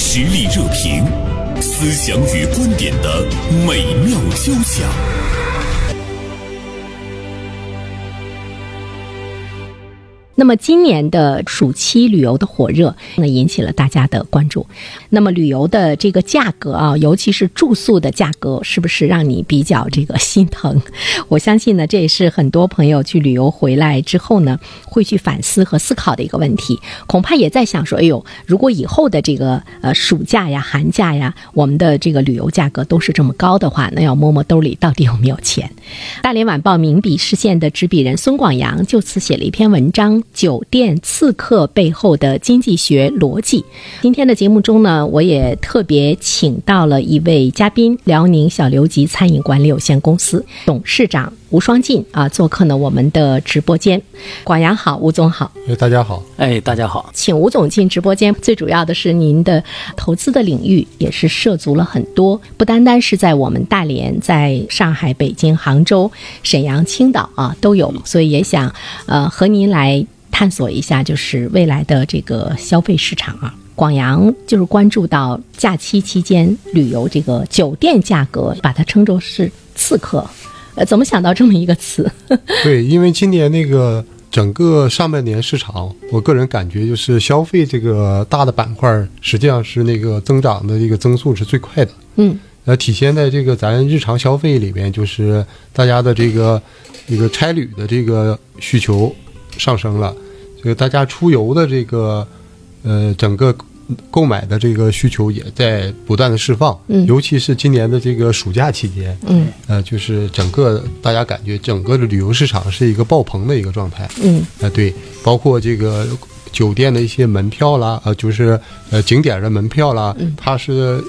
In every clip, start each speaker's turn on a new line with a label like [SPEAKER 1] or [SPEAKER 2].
[SPEAKER 1] 实力热评，思想与观点的美妙交响。
[SPEAKER 2] 那么今年的暑期旅游的火热，那引起了大家的关注。那么旅游的这个价格啊，尤其是住宿的价格，是不是让你比较这个心疼？我相信呢，这也是很多朋友去旅游回来之后呢，会去反思和思考的一个问题。恐怕也在想说，哎呦，如果以后的这个呃暑假呀、寒假呀，我们的这个旅游价格都是这么高的话，那要摸摸兜里到底有没有钱？大连晚报名笔视线的执笔人孙广阳就此写了一篇文章。酒店刺客背后的经济学逻辑。今天的节目中呢，我也特别请到了一位嘉宾，辽宁小刘集餐饮管理有限公司董事长吴双进啊，做客呢我们的直播间。广阳好，吴总好，
[SPEAKER 3] 哎，大家好，
[SPEAKER 4] 哎，大家好，
[SPEAKER 2] 请吴总进直播间，最主要的是您的投资的领域也是涉足了很多，不单单是在我们大连，在上海、北京、杭州、沈阳、青岛啊都有，所以也想呃和您来。探索一下，就是未来的这个消费市场啊。广阳就是关注到假期期间旅游这个酒店价格，把它称作是刺客。呃，怎么想到这么一个词？
[SPEAKER 3] 对，因为今年那个整个上半年市场，我个人感觉就是消费这个大的板块，实际上是那个增长的这个增速是最快的。
[SPEAKER 2] 嗯，
[SPEAKER 3] 那呃体现在这个咱日常消费里面，就是大家的这个这个差旅的这个需求上升了。这个大家出游的这个，呃，整个购买的这个需求也在不断的释放，
[SPEAKER 2] 嗯
[SPEAKER 3] 尤其是今年的这个暑假期间，
[SPEAKER 2] 嗯
[SPEAKER 3] 呃，就是整个大家感觉整个的旅游市场是一个爆棚的一个状态，
[SPEAKER 2] 嗯
[SPEAKER 3] 啊、对，包括这个酒店的一些门票啦，呃，就是呃景点的门票啦，
[SPEAKER 2] 嗯
[SPEAKER 3] 它是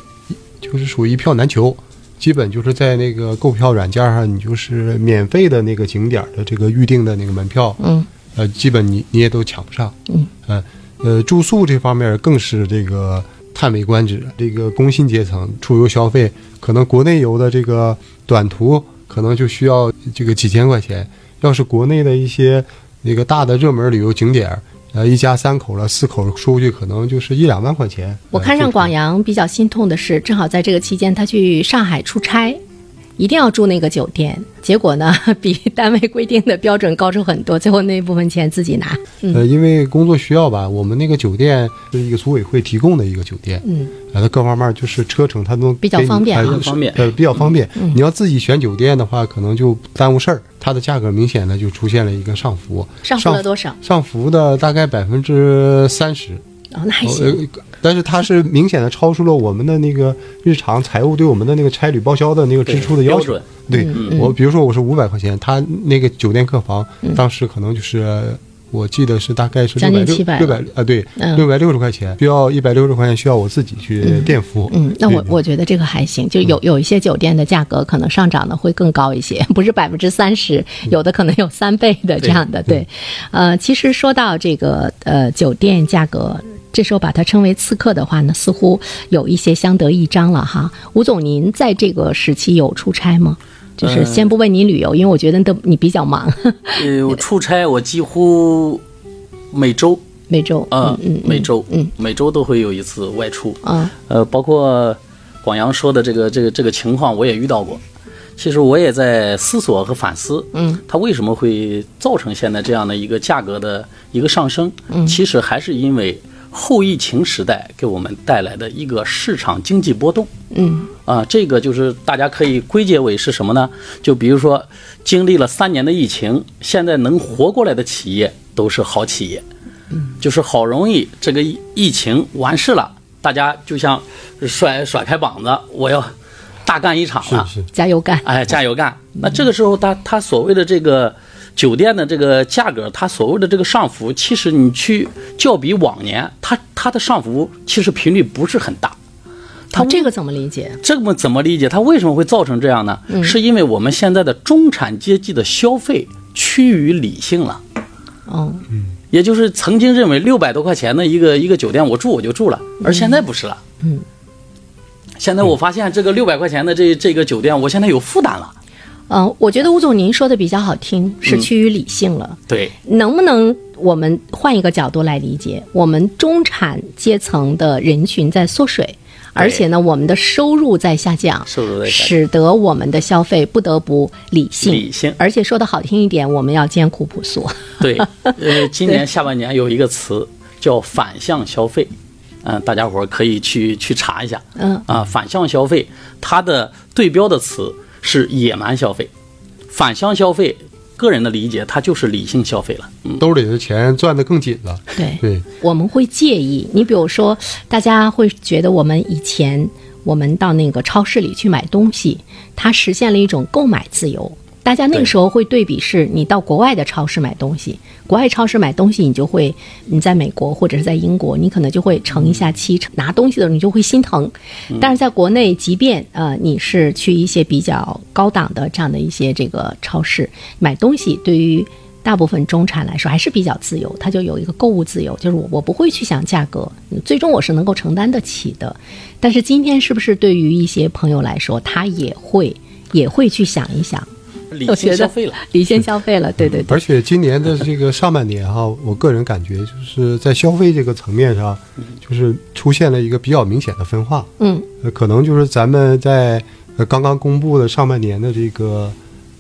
[SPEAKER 3] 就是属于一票难求，基本就是在那个购票软件上，你就是免费的那个景点的这个预定的那个门票，
[SPEAKER 2] 嗯
[SPEAKER 3] 呃，基本你你也都抢不上。
[SPEAKER 2] 嗯，
[SPEAKER 3] 呃，呃，住宿这方面更是这个叹为观止。这个工薪阶层出游消费，可能国内游的这个短途可能就需要这个几千块钱，要是国内的一些那个大的热门旅游景点儿，呃，一家三口了、四口出去，可能就是一两万块钱。呃
[SPEAKER 2] 我看上广
[SPEAKER 3] 阳。
[SPEAKER 2] 阳比较心痛的是，正好在这个期间他去上海出差，一定要住那个酒店，结果呢 比单位规定的标准高出很多，最后那部分钱自己拿。
[SPEAKER 3] 呃，因为工作需要吧，我们那个酒店是一个组委会提供的一个酒店，
[SPEAKER 2] 嗯，
[SPEAKER 3] 啊，它各方面就是车程它都
[SPEAKER 2] 比较
[SPEAKER 3] 给你
[SPEAKER 2] 方便
[SPEAKER 3] 哎
[SPEAKER 2] 啊嗯
[SPEAKER 3] 是
[SPEAKER 4] 方便
[SPEAKER 3] 呃，比较方便。你要自己选酒店的话，可能就耽误事儿，它的价格明显的就出现了一个上浮，
[SPEAKER 2] 上浮了多少？
[SPEAKER 3] 上浮的大概百分之三十，
[SPEAKER 2] 哦，那还
[SPEAKER 3] 呃
[SPEAKER 2] 行。，
[SPEAKER 3] 但是它是明显的超出了我们的那个日常财务对我们的那个差旅报销的那个支出的要求
[SPEAKER 4] 对标准。
[SPEAKER 3] 对
[SPEAKER 2] 嗯
[SPEAKER 3] 我，比如说我是五百块钱，他那个酒店客房当时可能就是。我记得是大概
[SPEAKER 2] 嗯
[SPEAKER 3] 是
[SPEAKER 2] 将
[SPEAKER 3] 六
[SPEAKER 2] 近
[SPEAKER 3] 百
[SPEAKER 2] 700
[SPEAKER 3] 六六百啊，对，
[SPEAKER 2] 嗯
[SPEAKER 3] 六百六十块钱，需要一百六十块钱需要我自己去垫付。
[SPEAKER 2] 嗯，那我
[SPEAKER 3] 对
[SPEAKER 2] 我觉得这个还行，就有有一些酒店的价格可能上涨的会更高一些， 不是百分之三十，有的可能有三倍的这样的。对，呃，其实说到这个呃酒店价格，这时候把它称为刺客的话呢，似乎有一些相得益彰了哈。吴总，您在这个时期有出差吗？就是先不问你旅游，因为我觉得你的你比较忙，
[SPEAKER 4] 呃，我出差我几乎每周
[SPEAKER 2] 每周
[SPEAKER 4] 啊、
[SPEAKER 2] 嗯嗯
[SPEAKER 4] 每周，
[SPEAKER 2] 嗯
[SPEAKER 4] 每周都会有一次外出。
[SPEAKER 2] 啊
[SPEAKER 4] 呃，包括广阳说的这个这个这个情况，我也遇到过。其实我也在思索和反思，
[SPEAKER 2] 嗯，
[SPEAKER 4] 它为什么会造成现在这样的一个价格的一个上升？嗯，其实还是因为后疫情时代给我们带来的一个市场经济波动。
[SPEAKER 2] 嗯
[SPEAKER 4] 啊，这个就是大家可以归结为是什么呢？就比如说，经历了三年的疫情，现在能活过来的企业都是好企业，
[SPEAKER 3] 嗯
[SPEAKER 4] 就是好容易这个疫疫情完事了，大家就像甩甩开膀子，我要大干一场了，
[SPEAKER 3] 是是，嗯
[SPEAKER 2] 加油干，
[SPEAKER 4] 哎，加油干！那这个时候他，他所谓的这个酒店的这个价格，他所谓的这个上浮，其实你去较比往年，它它的上浮其实频率不是很大。
[SPEAKER 2] 哦这个怎么理解？
[SPEAKER 4] 这么怎么理解？它为什么会造成这样呢？是因为我们现在的中产阶级的消费趋于理性了，
[SPEAKER 2] 哦，
[SPEAKER 4] 也就是曾经认为六百多块钱的一个一个酒店，我住我就住了，而现在不是了。嗯，现在我发现这个六百块钱的这这个酒店，我现在有负担了。
[SPEAKER 2] 呃嗯、我觉得吴总您说的比较好听，是趋于理性了。
[SPEAKER 4] 对，
[SPEAKER 2] 能不能我们换一个角度来理解，我们中产阶层的人群在缩水，而且呢，我们的收入在下降，
[SPEAKER 4] 收入在下降
[SPEAKER 2] 使得我们的消费不得不理性，
[SPEAKER 4] 理性
[SPEAKER 2] 而且说的好听一点，我们要艰苦朴素。
[SPEAKER 4] 对，呃，今年下半年有一个词叫反向消费，嗯、大家伙儿可以去去查一下。
[SPEAKER 2] 嗯
[SPEAKER 4] 啊，反向消费它的对标的词是野蛮消费，反向消费，个人的理解它就是理性消费了。嗯，
[SPEAKER 3] 兜里的钱攥得更紧了。
[SPEAKER 2] 对，
[SPEAKER 3] 对，
[SPEAKER 2] 我们会介意。你比如说，大家会觉得我们以前我们到那个超市里去买东西，它实现了一种购买自由。大家那个
[SPEAKER 4] 对
[SPEAKER 2] 时候会对比是，你到国外的超市买东西，国外超市买东西，你就会你在美国或者是在英国，你可能就会乘一下七，拿东西的时候你就会心疼。但是在国内，即便呃你是去一些比较高档的这样的一些这个超市买东西，对于大部分中产来说还是比较自由，它就有一个购物自由，就是我我不会去想价格，最终我是能够承担得起的。但是今天是不是对于一些朋友来说，他也会也会去想一想，
[SPEAKER 4] 理性 消费了。，
[SPEAKER 2] 理性消费了，对对对，
[SPEAKER 3] 而且今年的这个上半年哈、我个人感觉就是在消费这个层面上，
[SPEAKER 4] 嗯
[SPEAKER 3] 就是出现了一个比较明显的分化。
[SPEAKER 2] 嗯
[SPEAKER 3] 呃，可能就是咱们在呃刚刚公布的上半年的这个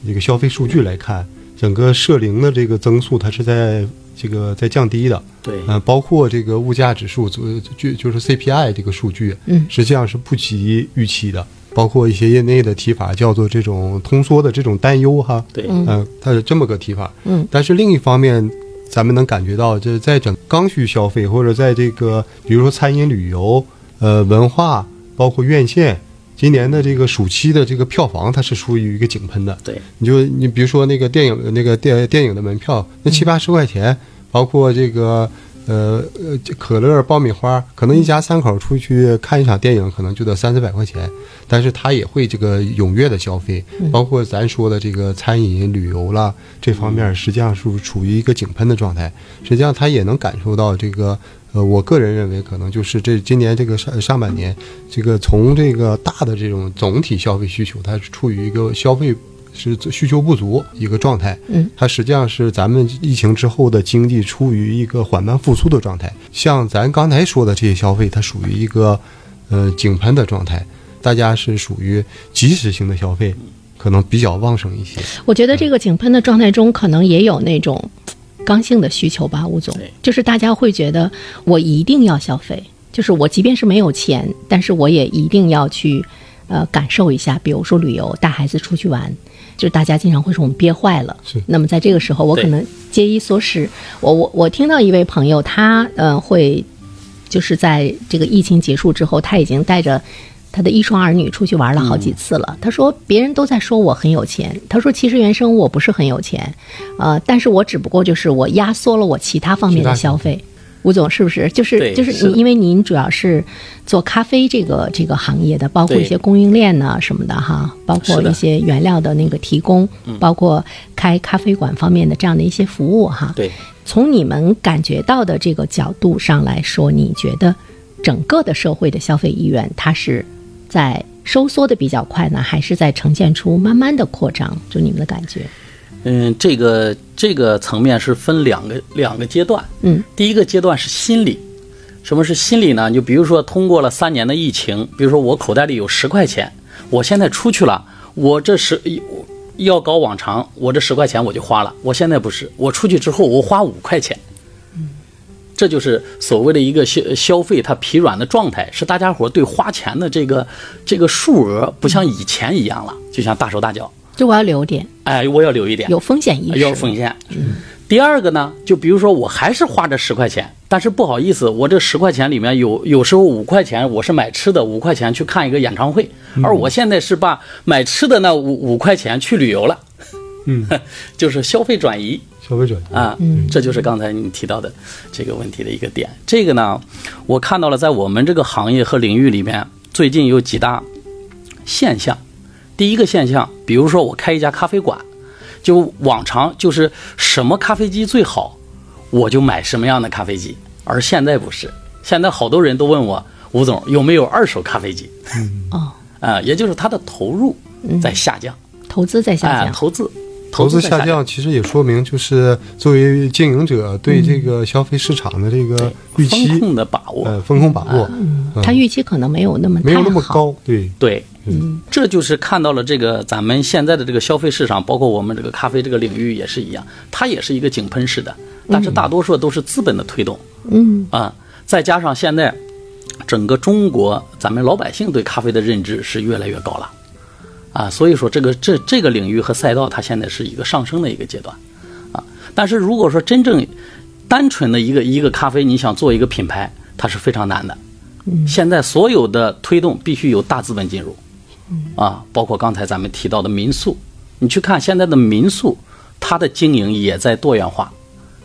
[SPEAKER 3] 这个消费数据来看，整个社零的这个增速它是在这个在降低的。
[SPEAKER 4] 对，
[SPEAKER 2] 嗯
[SPEAKER 3] 呃，包括这个物价指数，就就就是 CPI 这个数据，
[SPEAKER 2] 嗯
[SPEAKER 3] 实际上是不及预期的。包括一些业内的提法叫做这种通缩的这种担忧哈，
[SPEAKER 4] 对
[SPEAKER 2] 嗯
[SPEAKER 3] 嗯，它是这么个提法。
[SPEAKER 2] 嗯，
[SPEAKER 3] 但是另一方面，咱们能感觉到，就是在整刚需消费或者在这个，比如说餐饮、旅游、呃文化，包括院线，今年的这个暑期的这个票房，它是属于一个井喷的。
[SPEAKER 4] 对，
[SPEAKER 3] 你就你比如说那个电影那个电电影的门票，那七八十块钱，包括这个呃呃这可乐、爆米花，可能一家三口出去看一场电影，可能就得三四百块钱，但是他也会这个踊跃的消费，包括咱说的这个餐饮、旅游啦这方面，实际上是处于一个井喷的状态，实际上他也能感受到这个。呃，我个人认为，可能就是这今年这个上上半年，这个从这个大的这种总体消费需求，它是处于一个消费是需求不足一个状态。
[SPEAKER 2] 嗯，
[SPEAKER 3] 它实际上是咱们疫情之后的经济处于一个缓慢复苏的状态。像咱刚才说的这些消费，它属于一个呃井喷的状态，大家是属于及时性的消费，可能比较旺盛一些。
[SPEAKER 2] 我觉得这个井喷的状态中，可能也有那种嘖刚性的需求吧，吴总
[SPEAKER 4] 对，
[SPEAKER 2] 就是大家会觉得我一定要消费，就是我即便是没有钱，但是我也一定要去呃感受一下，比如说旅游，带孩子出去玩。就是大家经常会说我们憋坏了，
[SPEAKER 3] 是
[SPEAKER 2] 那么在这个时候，我
[SPEAKER 4] 对
[SPEAKER 2] 可能节衣缩食。我我我听到一位朋友，他呃会就是在这个疫情结束之后，他已经带着他的一双儿女出去玩了好几次了。他说别人都在说我很有钱，他说其实原生我不是很有钱，呃，但是我只不过就是我压缩了我其他方面的消费。吴总是不是就是
[SPEAKER 4] 对
[SPEAKER 2] 就是
[SPEAKER 4] 是
[SPEAKER 2] 你，
[SPEAKER 4] 的
[SPEAKER 2] 因为您主要是做咖啡这个这个行业的，包括
[SPEAKER 4] 对
[SPEAKER 2] 一些供应链呐、什么的哈，包括
[SPEAKER 4] 是的嗯
[SPEAKER 2] 一些原料的那个提供，包括开咖啡馆方面的这样的一些服务哈。
[SPEAKER 4] 对。
[SPEAKER 2] 从你们感觉到的这个角度上来说，你觉得整个的社会的消费意愿，它是在收缩的比较快呢，还是在呈现出慢慢的扩张？就你们的感觉，
[SPEAKER 4] 嗯，这个这个层面是分两个两个阶段。
[SPEAKER 2] 嗯，
[SPEAKER 4] 第一个阶段是心理，什么是心理呢？就比如说通过了三年的疫情，比如说我口袋里有十块钱，我现在出去了，我这十我要搞往常，我这十块钱我就花了。我现在不是，我出去之后我花五块钱。这就是所谓的一个消消费它疲软的状态，是大家伙对花钱的这个这个数额不像以前一样了，就像大手大脚。
[SPEAKER 2] 就我要留点，
[SPEAKER 4] 哎，我要留一
[SPEAKER 2] 啊
[SPEAKER 4] 点，
[SPEAKER 2] 有风险意识，嗯
[SPEAKER 4] 要奉献。第二个呢，就比如说我还是花这十块钱，但是不好意思，我这十块钱里面有有时候五块钱我是买吃的，五块钱去看一个演唱会，
[SPEAKER 2] 嗯
[SPEAKER 4] 而我现在是把买吃的那五五块钱去旅游了，
[SPEAKER 3] 嗯，
[SPEAKER 4] 就是消费转移。
[SPEAKER 3] 消费者
[SPEAKER 4] 啊，这就是刚才你提到的这个问题的一个点。这个呢，我看到了在我们这个行业和领域里面，最近有几大现象。第一个现象，比如说我开一家咖啡馆，就往常就是什么咖啡机最好，我就买什么样的咖啡机，而现在不是，现在好多人都问我吴总有没有二手咖啡机，
[SPEAKER 2] 哦，
[SPEAKER 4] 啊、也就是他的投入在下降。
[SPEAKER 2] 投资在下
[SPEAKER 4] 哎，
[SPEAKER 2] 降，
[SPEAKER 4] 投资投
[SPEAKER 3] 嗯资
[SPEAKER 4] 资在
[SPEAKER 3] 下降，其实也说明就是作为经营者对这个消费市场的这个预期
[SPEAKER 4] 风，控的把握。
[SPEAKER 3] 呃，风控把握
[SPEAKER 2] 他预期可能没有那么
[SPEAKER 3] 没有那么
[SPEAKER 2] 太好，
[SPEAKER 3] 高，对，
[SPEAKER 4] 对，嗯，这就是看到了这个咱们现在的这个消费市场，包括我们这个咖啡这个领域也是一样，它也是一个井喷式的，但是大多数都是资本的推动
[SPEAKER 2] 嗯
[SPEAKER 4] 啊，再加上现在整个中国咱们老百姓对咖啡的认知是越来越高了啊，所以说这个这这个领域和赛道它现在是一个上升的一个阶段啊，但是如果说真正单纯的一个一个咖啡，你想做一个品牌，它是非常难的。现在所有的推动必须有大资本进入，啊，包括刚才咱们提到的民宿，你去看现在的民宿，它的经营也在多元化。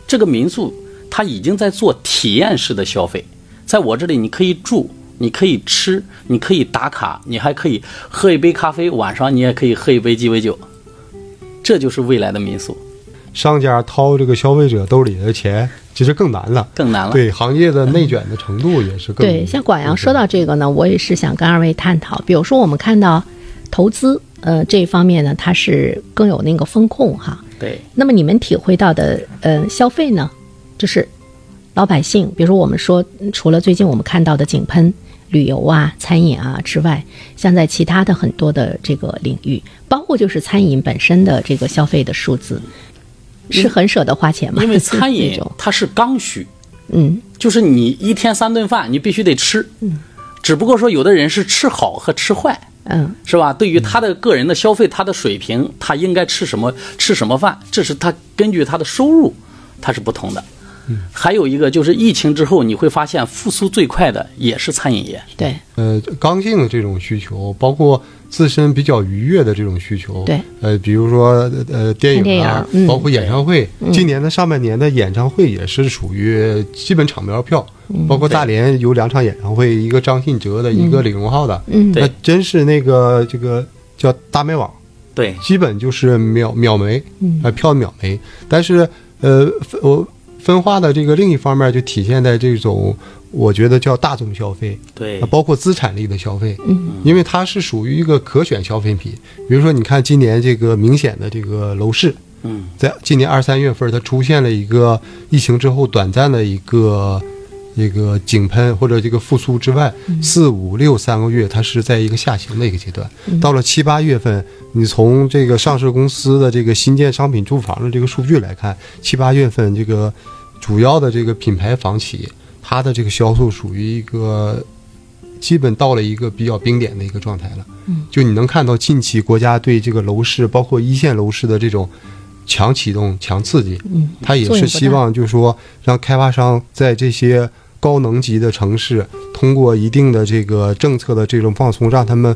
[SPEAKER 4] 这个民宿它已经在做体验式的消费，在我这里你可以住，你可以吃，你可以打卡，你还可以喝一杯咖啡，晚上你也可以喝一杯鸡尾酒，这就是未来的民宿，
[SPEAKER 3] 商家掏这个消费者兜里的钱，其实更难了，
[SPEAKER 4] 更难了。
[SPEAKER 3] 对行业的内卷的程度也是更
[SPEAKER 2] 对，像广阳说到这个呢，我也是想跟二位探讨，比如说我们看到投资，呃，这一方面呢，它是更有那个风控哈。
[SPEAKER 4] 对
[SPEAKER 2] 那么你们体会到的，呃，消费呢，就是老百姓，比如说我们说，嗯除了最近我们看到的井喷、旅游啊、餐饮啊之外，像在其他的很多的这个领域，包括就是餐饮本身的这个消费的数字，是很舍得花钱吗？
[SPEAKER 4] 因为餐
[SPEAKER 2] 那
[SPEAKER 4] 饮
[SPEAKER 2] 种
[SPEAKER 4] 它是刚需，
[SPEAKER 2] 嗯，
[SPEAKER 4] 就是你一天三顿饭，你必须得吃。嗯，只不过说有的人是吃好和吃坏，
[SPEAKER 2] 嗯，
[SPEAKER 4] 是吧？对于他的个人的消费，他的水平，他应该吃什么吃什么饭，这是他根据他的收入，他是不同的。嗯，还有一个就是疫情之后，你会发现复苏最快的也是餐饮业。
[SPEAKER 2] 对，
[SPEAKER 3] 呃刚性的这种需求，包括自身比较愉悦的这种需求，
[SPEAKER 2] 对，
[SPEAKER 3] 呃，比如说呃电
[SPEAKER 2] 看电
[SPEAKER 3] 影
[SPEAKER 2] 影
[SPEAKER 3] 啊
[SPEAKER 2] 儿，嗯
[SPEAKER 3] 包括演唱会，今年的上半年的演唱会也是属于基本场面票，
[SPEAKER 2] 嗯
[SPEAKER 3] 包括大连有两场演唱会，一个张信哲的，一个李荣浩的，
[SPEAKER 2] 嗯
[SPEAKER 4] 对
[SPEAKER 3] 那真是那个这个叫大麦网，
[SPEAKER 4] 对，
[SPEAKER 3] 基本就是秒秒没，呃，票秒没。但是呃，分我分化的这个另一方面就体现在这种，我觉得叫大众消费，
[SPEAKER 4] 对
[SPEAKER 3] 啊，包括资产类的消费，因为它是属于一个可选消费品。比如说，你看今年这个明显的这个楼市，
[SPEAKER 4] 嗯，
[SPEAKER 3] 在今年二三月份，它出现了一个疫情之后短暂的一个一个井喷或者这个复苏之外，四五六三个月它是在一个下行的一个阶段。到了七八月份，你从这个上市公司的这个新建商品住房的这个数据来看，七八月份这个主要的这个品牌房企，它的这个销售属于一个基本到了一个比较冰点的一个状态了。嗯，就你能看到近期国家对这个楼市，包括一线楼市的这种强启动、强刺激，嗯，它也
[SPEAKER 2] 作
[SPEAKER 3] 是
[SPEAKER 2] 用不大
[SPEAKER 3] 希望就是说让开发商在这些高能级的城市，通过一定的这个政策的这种放松，让他们。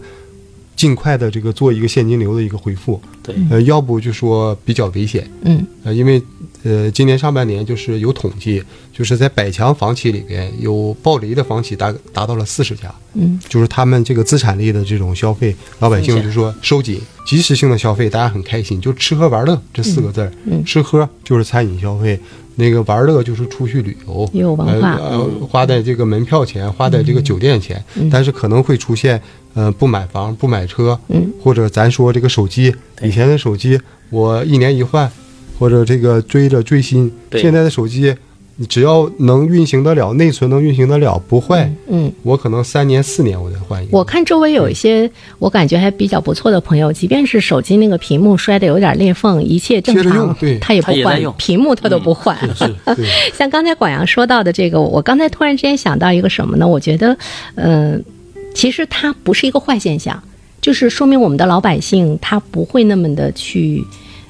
[SPEAKER 3] 尽快的这个做一个现金流的一个回复，
[SPEAKER 4] 对，
[SPEAKER 3] 呃，要不就说比较危险，
[SPEAKER 2] 嗯
[SPEAKER 3] 呃，因为呃，今年上半年就是有统计，就是在百强房企里边有暴雷的房企达达到了四十家，
[SPEAKER 2] 嗯，
[SPEAKER 3] 就是他们这个资产类的这种消费，老百姓就说收紧，及时性的消费，大家很开心，就吃喝玩乐这四个字儿、
[SPEAKER 2] 嗯嗯
[SPEAKER 3] 吃喝就是餐饮消费，那个玩乐就是出去旅游，
[SPEAKER 2] 也有文化
[SPEAKER 3] 呃呃，花在这个门票钱，花在这
[SPEAKER 2] 嗯
[SPEAKER 3] 个酒店钱，但是可能会出现呃不买房不买车，
[SPEAKER 2] 嗯，
[SPEAKER 3] 或者咱说这个手机，
[SPEAKER 4] 对
[SPEAKER 3] 以前的手机我一年一换，或者这个追着追新，
[SPEAKER 4] 对
[SPEAKER 3] 现在的手机你只要能运行得了，内存能运行得了，不坏，
[SPEAKER 2] 嗯。
[SPEAKER 3] 我可能三年四年我再换一个。
[SPEAKER 2] 我看周围有一些我感觉还比较不错的朋友，即便是手机那个屏幕摔的有点裂缝，一切正
[SPEAKER 3] 接着
[SPEAKER 2] 常
[SPEAKER 3] 用对，
[SPEAKER 2] 他也不
[SPEAKER 4] 他也在
[SPEAKER 2] 换
[SPEAKER 4] 用，嗯
[SPEAKER 2] 屏幕他都不换。
[SPEAKER 3] 对，
[SPEAKER 2] 像刚才广阳说到的这个，我刚才突然之间想到一个什么呢？我觉得，嗯、其实它不是一个坏现象，就是说明我们的老百姓他不会那么的去，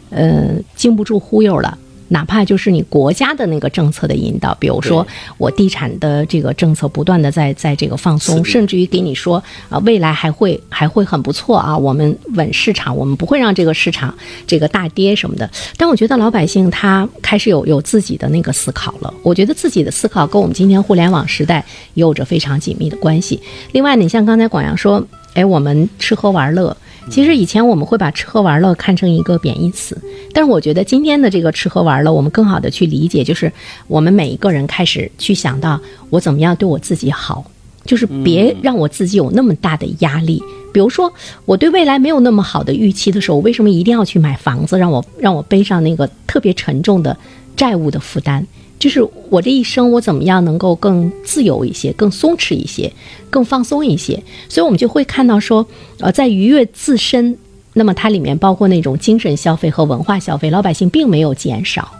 [SPEAKER 2] 呃，经不住忽悠了。哪怕就是你国家的那个政策的引导，比如说
[SPEAKER 4] 对
[SPEAKER 2] 我地产的这个政策不断的在在这个放松，甚至于给你说啊、未来还会还会很不错啊，我们稳市场，我们不会让这个市场这个大跌什么的。但我觉得老百姓他开始有有自己的那个思考了，我觉得自己的思考跟我们今天互联网时代也有着非常紧密的关系。另外呢，你像刚才广阳说，哎，我们吃喝玩乐，其实以前我们会把吃喝玩乐看成一个贬义词，但是我觉得今天的这个吃喝玩乐，我们更好的去理解，就是我们每一个人开始去想到我怎么样对我自己好，就是别让我自己有那么大的压力，比如说，我对未来没有那么好的预期的时候，我为什么一定要去买房子，让我让我背上那个特别沉重的债务的负担？就是我这一生，我怎么样能够更自由一些，更松弛一些，更放松一些？所以我们就会看到说，呃，在愉悦自身，那么它里面包括那种精神消费和文化消费，老百姓并没有减少。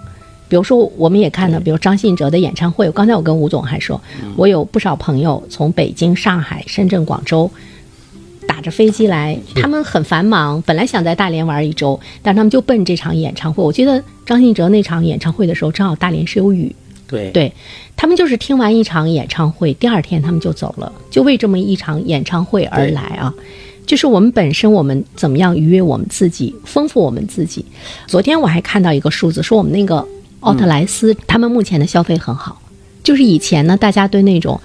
[SPEAKER 2] 比如说，我们也看到，比如张信哲的演唱会，刚才我跟吴总还说，我有不少朋友从北京、上海、深圳、广州打着飞机来，他们很繁忙，本来想在大连玩一周，但他们就奔这场演唱会。我记得张信哲那场演唱会的时候，正好大连是有雨，
[SPEAKER 4] 对
[SPEAKER 2] 对他们就是听完一场演唱会，第二天他们就走了，就为这么一场演唱会而来啊。就是我们本身，我们怎么样愉悦我们自己，丰富我们自己。昨天我还看到一个数字，说我们那个奥特莱斯，他们目前的消费很好。就是以前呢，大家对那种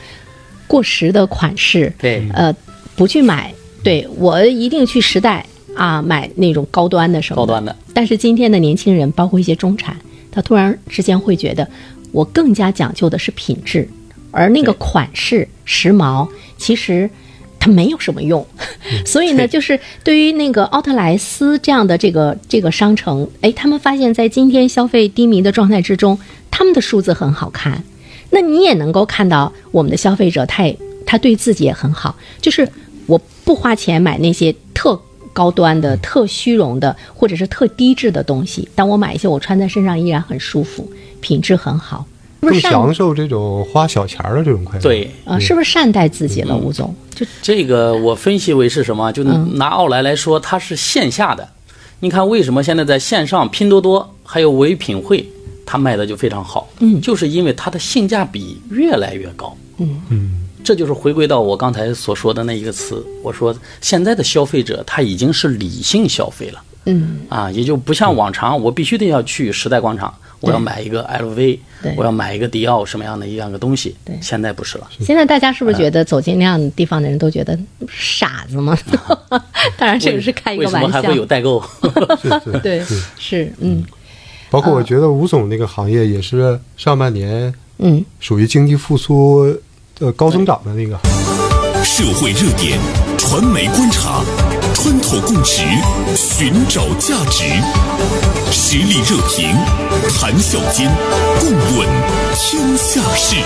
[SPEAKER 2] 过时的款式，
[SPEAKER 4] 对
[SPEAKER 2] 呃，不去买。对我一定去时代啊，买那种高端的什么
[SPEAKER 4] 高端的。
[SPEAKER 2] 但是今天的年轻人，包括一些中产，他突然之间会觉得，我更加讲究的是品质，而那个
[SPEAKER 4] 对
[SPEAKER 2] 款式、时髦，其实它没有什么 用。所以呢，
[SPEAKER 4] 对
[SPEAKER 2] 就是对于那个奥特莱斯这样的这个这个商城，哎，他们发现，在今天消费低迷的状态之中，他们的数字很好看。那你也能够看到我们的消费者，他也他对自己也很好，就是我不花钱买那些特高端的、特虚荣的或者是特低质的东西，但我买一些我穿在身上依然很舒服，品质很好，是不
[SPEAKER 3] 更
[SPEAKER 2] 是善
[SPEAKER 3] 享受这种花小钱儿的这种快乐。
[SPEAKER 4] 对，
[SPEAKER 2] 啊、是不是善待自己了，吴总？就
[SPEAKER 4] 这个我分析为是什么？就
[SPEAKER 2] 嗯
[SPEAKER 4] 拿奥莱来说，它是线下的。你看为什么现在在线上拼多多还有唯品会，它卖的就非常好？嗯，就是因为它的性价比越来越高。
[SPEAKER 2] 嗯
[SPEAKER 4] 嗯，这就是回归到我刚才所说的那一个词，我说现在的消费者他已经是理性消费了。
[SPEAKER 2] 嗯，
[SPEAKER 4] 啊，也就不像往常，我必须得要去时代广场，我要买一个 LV，
[SPEAKER 2] 对
[SPEAKER 4] 我要买一个迪奥什么样的一样的东西。
[SPEAKER 2] 对
[SPEAKER 4] 现在不是了。
[SPEAKER 2] 现在大家是不是觉得走进那样的地方的人都觉得嗯傻子吗？ 当然这个是开一
[SPEAKER 4] 为
[SPEAKER 2] 个
[SPEAKER 4] 什么
[SPEAKER 2] 玩
[SPEAKER 4] 还
[SPEAKER 2] 笑，
[SPEAKER 4] 会有代购？
[SPEAKER 2] 对，是嗯
[SPEAKER 3] 包括我觉得吴总那个行业也是上半年
[SPEAKER 2] 嗯，
[SPEAKER 3] 属于经济复苏呃高增长的那个行业。
[SPEAKER 1] 社会热点，传媒观察，穿透共识，寻找价值，实力热评，谈笑间，共论天下事。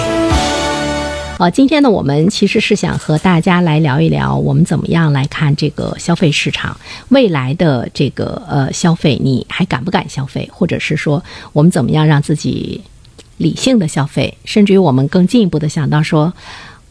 [SPEAKER 2] 啊，今天呢，我们其实是想和大家来聊一聊，我们怎么样来看这个消费市场未来的这个呃消费，你还敢不敢消费，或者是说我们怎么样让自己理性的消费，甚至于我们更进一步的想到说。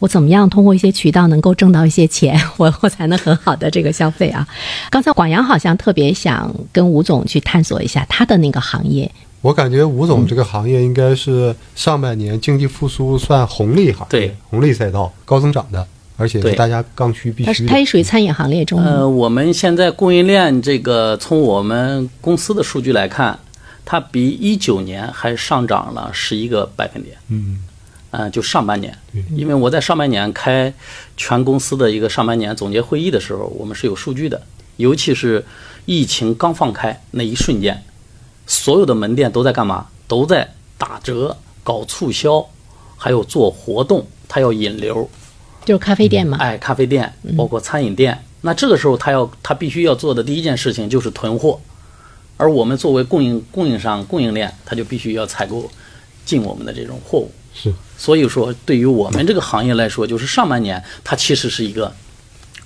[SPEAKER 2] 我怎么样通过一些渠道能够挣到一些钱，我我才能很好的这个消费啊？刚才广阳好像特别想跟吴总去探索一下他的那个行业，
[SPEAKER 3] 我感觉吴
[SPEAKER 4] 嗯
[SPEAKER 3] 总这个行业应该是上半年经济复苏算红利行业，
[SPEAKER 4] 对
[SPEAKER 3] 红利赛道高增长的，而且
[SPEAKER 4] 对
[SPEAKER 3] 是大家刚需必
[SPEAKER 2] 他
[SPEAKER 3] 须
[SPEAKER 2] 是
[SPEAKER 3] 的。
[SPEAKER 2] 他也属于餐饮行列中
[SPEAKER 4] 呃，我们现在供应链这个，从我们公司的数据来看，它比一九年还上涨了十一个百分点。
[SPEAKER 3] 嗯，
[SPEAKER 4] 呃，就上半年，因为我在上半年开全公司的一个上半年总结会议的时候，我们是有数据的，尤其是疫情刚放开那一瞬间，所有的门店都在干嘛？都在打折、搞促销，还有做活动，它要引流。
[SPEAKER 2] 就是咖啡店嘛，
[SPEAKER 4] 哎，咖啡店，包括餐饮店。那这个时候，他要他必须要做的第一件事情就是囤货，而我们作为供应供应商、供应链，他就必须要采购进我们的这种货物。
[SPEAKER 3] 是
[SPEAKER 4] 所以说，对于我们这个行业来说，就是上半年它其实是一个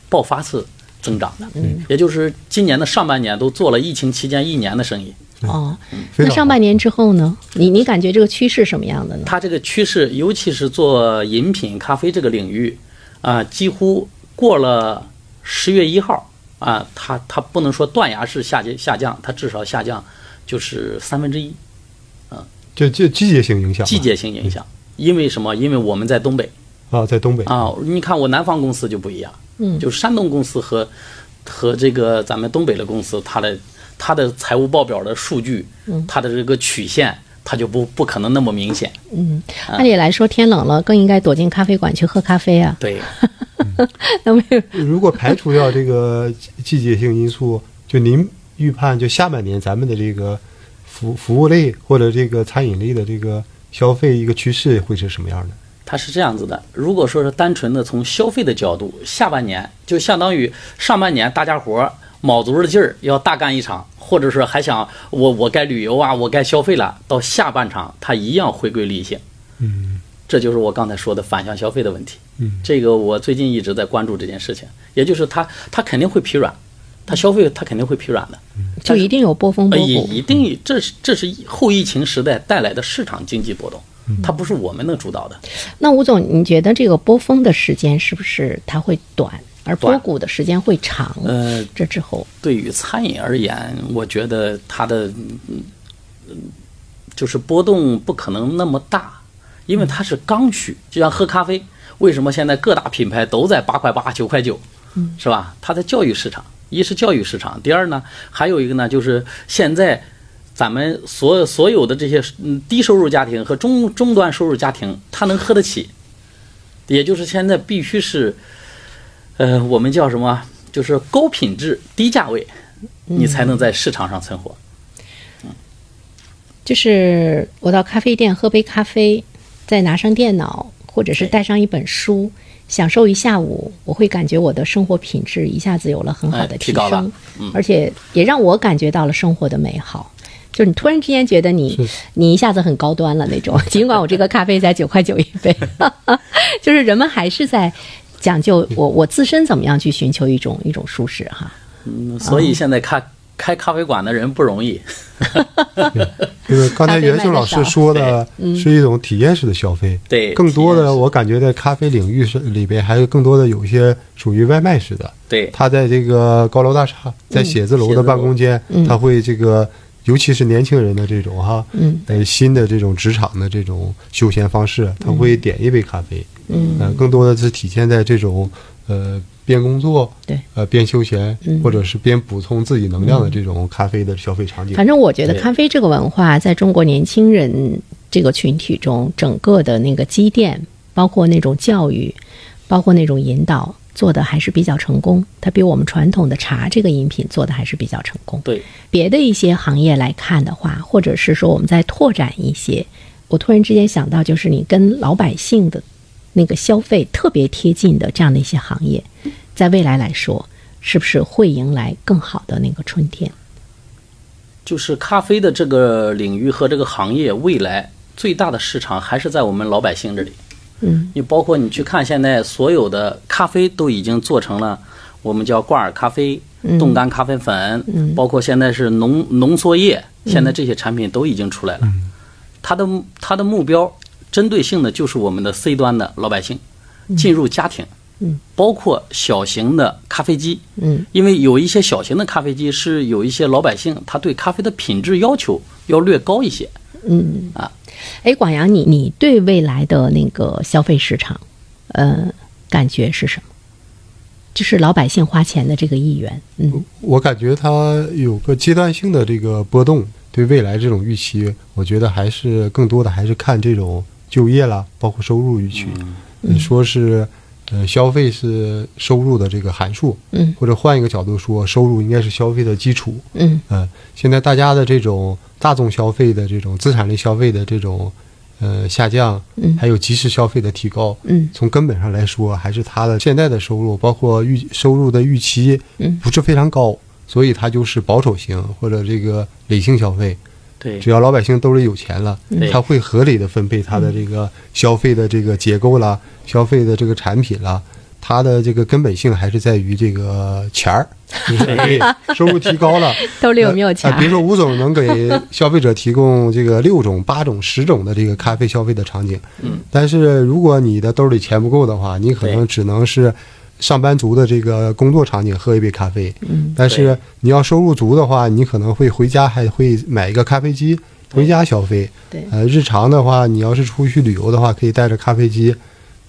[SPEAKER 4] 爆发式增长的，也就是今年的上半年都做了疫情期间一年的生意。
[SPEAKER 2] 哦，
[SPEAKER 3] 非
[SPEAKER 2] 那
[SPEAKER 3] 常
[SPEAKER 2] 上半年之后呢？你你感觉这个趋势什么样的呢？
[SPEAKER 4] 它这个趋势，尤其是做饮品咖啡这个领域，啊、几乎过了十月一号啊、它它不能说断崖式下降下降，它至少下降就是三分之一，
[SPEAKER 3] 就就季节性影响吧，
[SPEAKER 4] 季节性影响。因为什么？因为我们在东北
[SPEAKER 3] 啊，在东北
[SPEAKER 4] 啊，你看我南方公司就不一样，
[SPEAKER 2] 嗯
[SPEAKER 4] 就是山东公司和和这个咱们东北的公司，它的它的财务报表的数据，它的这个曲线，它就不不可能那么明显，
[SPEAKER 2] 嗯，按理来说天冷了更应该躲进咖啡馆去喝咖啡啊。
[SPEAKER 4] 对。
[SPEAKER 2] 那没有，
[SPEAKER 3] 如果排除掉这个 季季节性因素，就您预判，就下半年咱们的这个服服务类或者这个餐饮类的这个消费一个趋势会是什么样的？
[SPEAKER 4] 它是这样子的：如果说是单纯的从消费的角度，下半年就相当于上半年大家伙儿卯足了劲儿要大干一场，或者是还想我我该旅游啊，我该消费了，到下半场它一样回归理性。
[SPEAKER 3] 嗯，
[SPEAKER 4] 这就是我刚才说的反向消费的问题。嗯，这个我最近一直在关注这件事情，也就是它它肯定会疲软，它消费它肯定会疲软的。
[SPEAKER 2] 就一定有波峰波
[SPEAKER 4] 呃，也
[SPEAKER 2] 谷。
[SPEAKER 4] 一定，这是这是后疫情时代带来的市场经济波动，它不是我们能主导的。
[SPEAKER 2] 那吴总，你觉得这个波峰的时间是不是它会短，而波
[SPEAKER 4] 短
[SPEAKER 2] 谷的时间会长？
[SPEAKER 4] 呃，
[SPEAKER 2] 这之后，
[SPEAKER 4] 对于餐饮而言，我觉得它的嗯嗯就是波动不可能那么大，因为它是刚需，就像喝咖啡，为什么现在各大品牌都在八块八、九块九，是吧？它在教育市场，一是教育市场，第二呢，还有一个呢，就是现在咱们所有所有的这些嗯低收入家庭和中中端收入家庭，他能喝得起，也就是现在必须是，呃，我们叫什么？就是高品质、低价位，你才能在市场上存活。
[SPEAKER 2] 就是我到咖啡店喝杯咖啡，再拿上电脑，或者是
[SPEAKER 4] 对
[SPEAKER 2] 带上一本书，享受一下午，我会感觉我的生活品质一下子有了很好的提
[SPEAKER 4] 哎提
[SPEAKER 2] 升，
[SPEAKER 4] 高了嗯
[SPEAKER 2] 而且也让我感觉到了生活的美好。就是你突然之间觉得你你一下子很高端了那 种，尽管我这个咖啡才九块九一杯， 就是人们还是在讲究我我自身怎么样去寻求一种一种舒适哈。
[SPEAKER 4] 嗯，所以现在开开咖啡馆的人不容易。
[SPEAKER 3] 这个刚才
[SPEAKER 2] 咖啡卖
[SPEAKER 3] 袁
[SPEAKER 2] 得
[SPEAKER 3] 秀老师
[SPEAKER 2] 少
[SPEAKER 3] 说的嗯是一种体验式的消费，
[SPEAKER 4] 对
[SPEAKER 3] 更多
[SPEAKER 4] 体验
[SPEAKER 3] 的
[SPEAKER 4] 式
[SPEAKER 3] 我感觉在咖啡领域是里边还有更多的有一些属于外卖式的，
[SPEAKER 4] 对，
[SPEAKER 3] 他在这个高楼大厦，在嗯写字楼的嗯办公间，他会这个，尤其是年轻人的这种哈，
[SPEAKER 2] 嗯，
[SPEAKER 3] 呃，新的这种职场的这种休闲方式，他会点一杯咖啡，嗯，呃，更多的是体现在这种呃边工作，
[SPEAKER 2] 对，
[SPEAKER 3] 呃边休闲，或者是边补充自己能量的这种咖啡的消费场景
[SPEAKER 2] 反。正我觉得
[SPEAKER 4] 对
[SPEAKER 2] 咖啡这个文化在中国年轻人这个群体中，整个的那个积淀，包括那种教育，包括那种引导，做的还是比较成功。它比我们传统的茶这个饮品做的还是比较成功。
[SPEAKER 4] 对，
[SPEAKER 2] 别的一些行业来看的话，或者是说我们再拓展一些，我突然之间想到，就是你跟老百姓的那个消费特别贴近的这样的一些行业，在未来来说，是不是会迎来更好的那个春天？
[SPEAKER 4] 就是咖啡的这个领域和这个行业，未来最大的市场还是在我们老百姓这里。
[SPEAKER 2] 嗯，
[SPEAKER 4] 你包括你去看现在所有的咖啡都已经做成了，我们叫挂耳咖啡、
[SPEAKER 2] 嗯
[SPEAKER 4] 冻干咖啡粉，包括现在是浓浓缩液，
[SPEAKER 2] 嗯
[SPEAKER 4] 现在这些产品都已经出来了。它的它的目标针对性的就是我们的 C 端的老百姓，进入家庭，
[SPEAKER 2] 嗯，
[SPEAKER 4] 包括小型的咖啡机，
[SPEAKER 2] 嗯，
[SPEAKER 4] 因为有一些小型的咖啡机是有一些老百姓他对咖啡的品质要求要略高一些，
[SPEAKER 2] 哎，广阳，你你对未来的那个消费市场，呃，感觉是什么？就是老百姓花钱的这个意愿，嗯
[SPEAKER 3] 我感觉它有个阶段性的这个波动，对未来这种预期，我觉得还是更多的还是看这种就业啦，包括收入预期。你说是，呃，消费是收入的这个函数，
[SPEAKER 2] 嗯
[SPEAKER 3] 或者换一个角度说，收入应该是消费的基础。
[SPEAKER 2] 嗯
[SPEAKER 3] 嗯，现在大家的这种大众消费的这种资产类消费的这种呃下降，
[SPEAKER 2] 嗯
[SPEAKER 3] 还有及时消费的提高，
[SPEAKER 2] 嗯
[SPEAKER 3] 从根本上来说，还是他的现在的收入，包括预收入的预期
[SPEAKER 2] 嗯，
[SPEAKER 3] 不是非常高，所以他就是保守型或者这个理性消费。
[SPEAKER 4] 对
[SPEAKER 3] 只要老百姓兜里有钱了，
[SPEAKER 2] 嗯
[SPEAKER 4] 对
[SPEAKER 3] 他会合理的分配他的这个消费的这个结构啦，消费的这个产品啦，它的这个根本性还是在于这个钱儿。就是哎收入提高了，
[SPEAKER 2] 兜里有没有
[SPEAKER 3] 呃
[SPEAKER 2] 钱
[SPEAKER 3] 呃比如说吴总能给消费者提供这个六种、八种、十种的这个咖啡消费的场景，
[SPEAKER 4] 嗯，
[SPEAKER 3] 但是如果你的兜里钱不够的话，你可能
[SPEAKER 4] 对
[SPEAKER 3] 只能是上班族的这个工作场景喝一杯咖啡，
[SPEAKER 2] 嗯，
[SPEAKER 3] 但是
[SPEAKER 4] 对
[SPEAKER 3] 你要收入足的话，你可能会回家还会买一个咖啡机回家消费，
[SPEAKER 2] 对
[SPEAKER 3] 呃，日常的话，你要是出去旅游的话，可以带着咖啡机。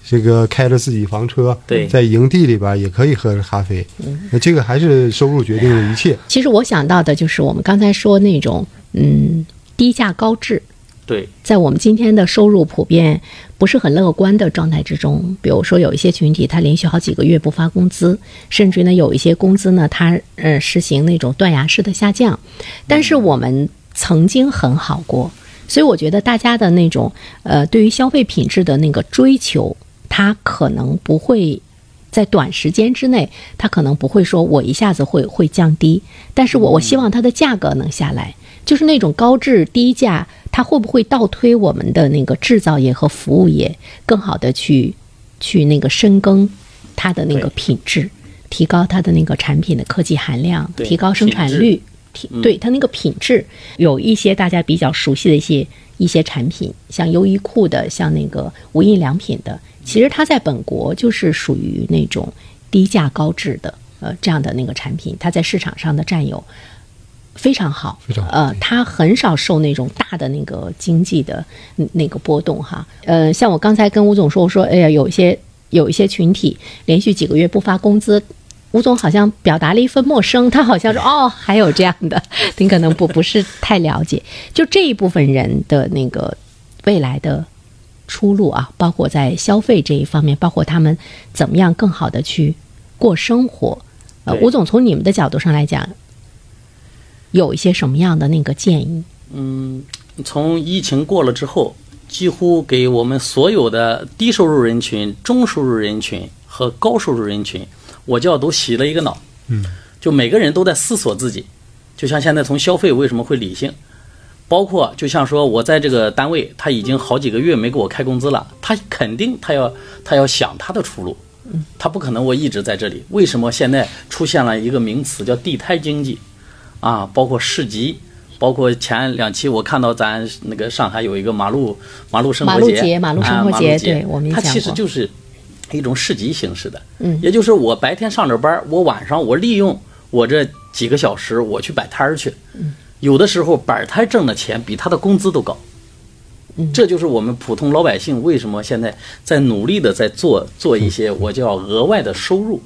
[SPEAKER 3] 这个开着自己房车，
[SPEAKER 4] 对
[SPEAKER 3] 在营地里边也可以喝着咖啡，
[SPEAKER 2] 嗯
[SPEAKER 3] 那这个还是收入决定了一切。
[SPEAKER 2] 其实我想到的就是我们刚才说那种，嗯，低价高质，
[SPEAKER 4] 对
[SPEAKER 2] 在我们今天的收入普遍不是很乐观的状态之中，比如说有一些群体，他连续好几个月不发工资，甚至呢有一些工资呢，他
[SPEAKER 4] 嗯
[SPEAKER 2] 呃实行那种断崖式的下降。但是我们曾经很好过，所以我觉得大家的那种呃，对于消费品质的那个追求，它可能不会在短时间之内，它可能不会说我一下子会会降低，但是我我
[SPEAKER 4] 嗯
[SPEAKER 2] 希望它的价格能下来，就是那种高质低价，它会不会倒推我们的那个制造业和服务业，更好的去去那个深耕它的那个
[SPEAKER 4] 对
[SPEAKER 2] 品质，提高它的那个产品的科技含量，
[SPEAKER 4] 对
[SPEAKER 2] 提高生产
[SPEAKER 4] 品质
[SPEAKER 2] 率。品
[SPEAKER 3] 嗯
[SPEAKER 2] 对它那个品质，有一些大家比较熟悉的一些一些产品，像优衣库的，像那个无印良品的，其实它在本国就是属于那种低价高质的，呃，这样的那个产品，它在市场上的占有非常好，
[SPEAKER 3] 非常好嗯
[SPEAKER 2] 呃，它很少受那种大的那个经济的嗯那个波动哈。呃，像我刚才跟吴总说，我说，哎呀，有一些有一些群体连续几个月不发工资。吴总好像表达了一份陌生，他好像说哦， 还有这样的，你可能不不是太了解。就这一部分人的那个未来的出路啊，包括在消费这一方面，包括他们怎么样更好的去过生活。呃，
[SPEAKER 4] 对
[SPEAKER 2] 吴总从你们的角度上来讲，有一些什么样的那个建议？
[SPEAKER 4] 从疫情过了之后，几乎给我们所有的低收入人群、中收入人群和高收入人群，我叫都洗了一个脑。
[SPEAKER 3] 嗯，
[SPEAKER 4] 就每个人都在思索自己，就像现在从消费为什么会理性，包括就像说我在这个单位，他已经好几个月没给我开工资了，他肯定他要他要想他的出路。他不可能我一直在这里。为什么现在出现了一个名词叫地摊经济？啊，包括市集，包括前两期我看到咱那个上海有一个马路马路生活
[SPEAKER 2] 马路节马路生活
[SPEAKER 4] 啊马
[SPEAKER 2] 节
[SPEAKER 4] 路
[SPEAKER 2] 对我们也
[SPEAKER 4] 它
[SPEAKER 2] 讲
[SPEAKER 4] 其实
[SPEAKER 2] 过
[SPEAKER 4] 就是一种市集形式的，
[SPEAKER 2] 嗯
[SPEAKER 4] 也就是我白天上着班，我晚上我利用我这几个小时我去摆摊儿去，
[SPEAKER 2] 嗯
[SPEAKER 4] 有的时候摆摊挣的钱比他的工资都高。这就是我们普通老百姓为什么现在在努力的在做做一些我叫额外的收入。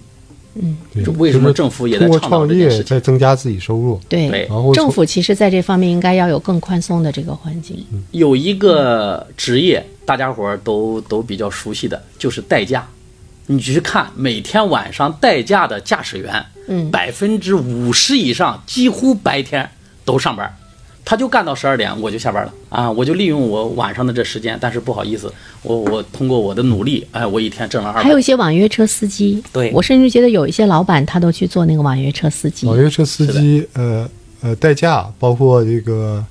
[SPEAKER 3] 嗯对
[SPEAKER 4] 这为什么
[SPEAKER 3] 就是
[SPEAKER 4] 政府也在
[SPEAKER 3] 通过
[SPEAKER 4] 倡导
[SPEAKER 3] 创
[SPEAKER 4] 这件
[SPEAKER 3] 业
[SPEAKER 4] 事情
[SPEAKER 3] 在增加自己收入？
[SPEAKER 2] 对，
[SPEAKER 4] 对
[SPEAKER 3] 然后
[SPEAKER 2] 政
[SPEAKER 3] 从
[SPEAKER 2] 府其实在这方面应该要有更宽松的这个环境。
[SPEAKER 4] 有一个职业，大家伙儿都都比较熟悉的，就是代驾。你去看每天晚上代驾的驾驶员，
[SPEAKER 2] 嗯
[SPEAKER 4] 百分之五十以上几乎白天都上班，他就干到十二点我就下班了啊，我就利用我晚上的这时间，但是不好意思，我我通过我的努力，哎，我一天挣了二
[SPEAKER 2] 还有
[SPEAKER 4] 百
[SPEAKER 2] 一，些网约车司机，
[SPEAKER 4] 对
[SPEAKER 2] 我甚至觉得有一些老板他都去做那个网约车司
[SPEAKER 4] 嗯
[SPEAKER 2] 机。
[SPEAKER 3] 网约车司机，呃呃，代驾，包括这个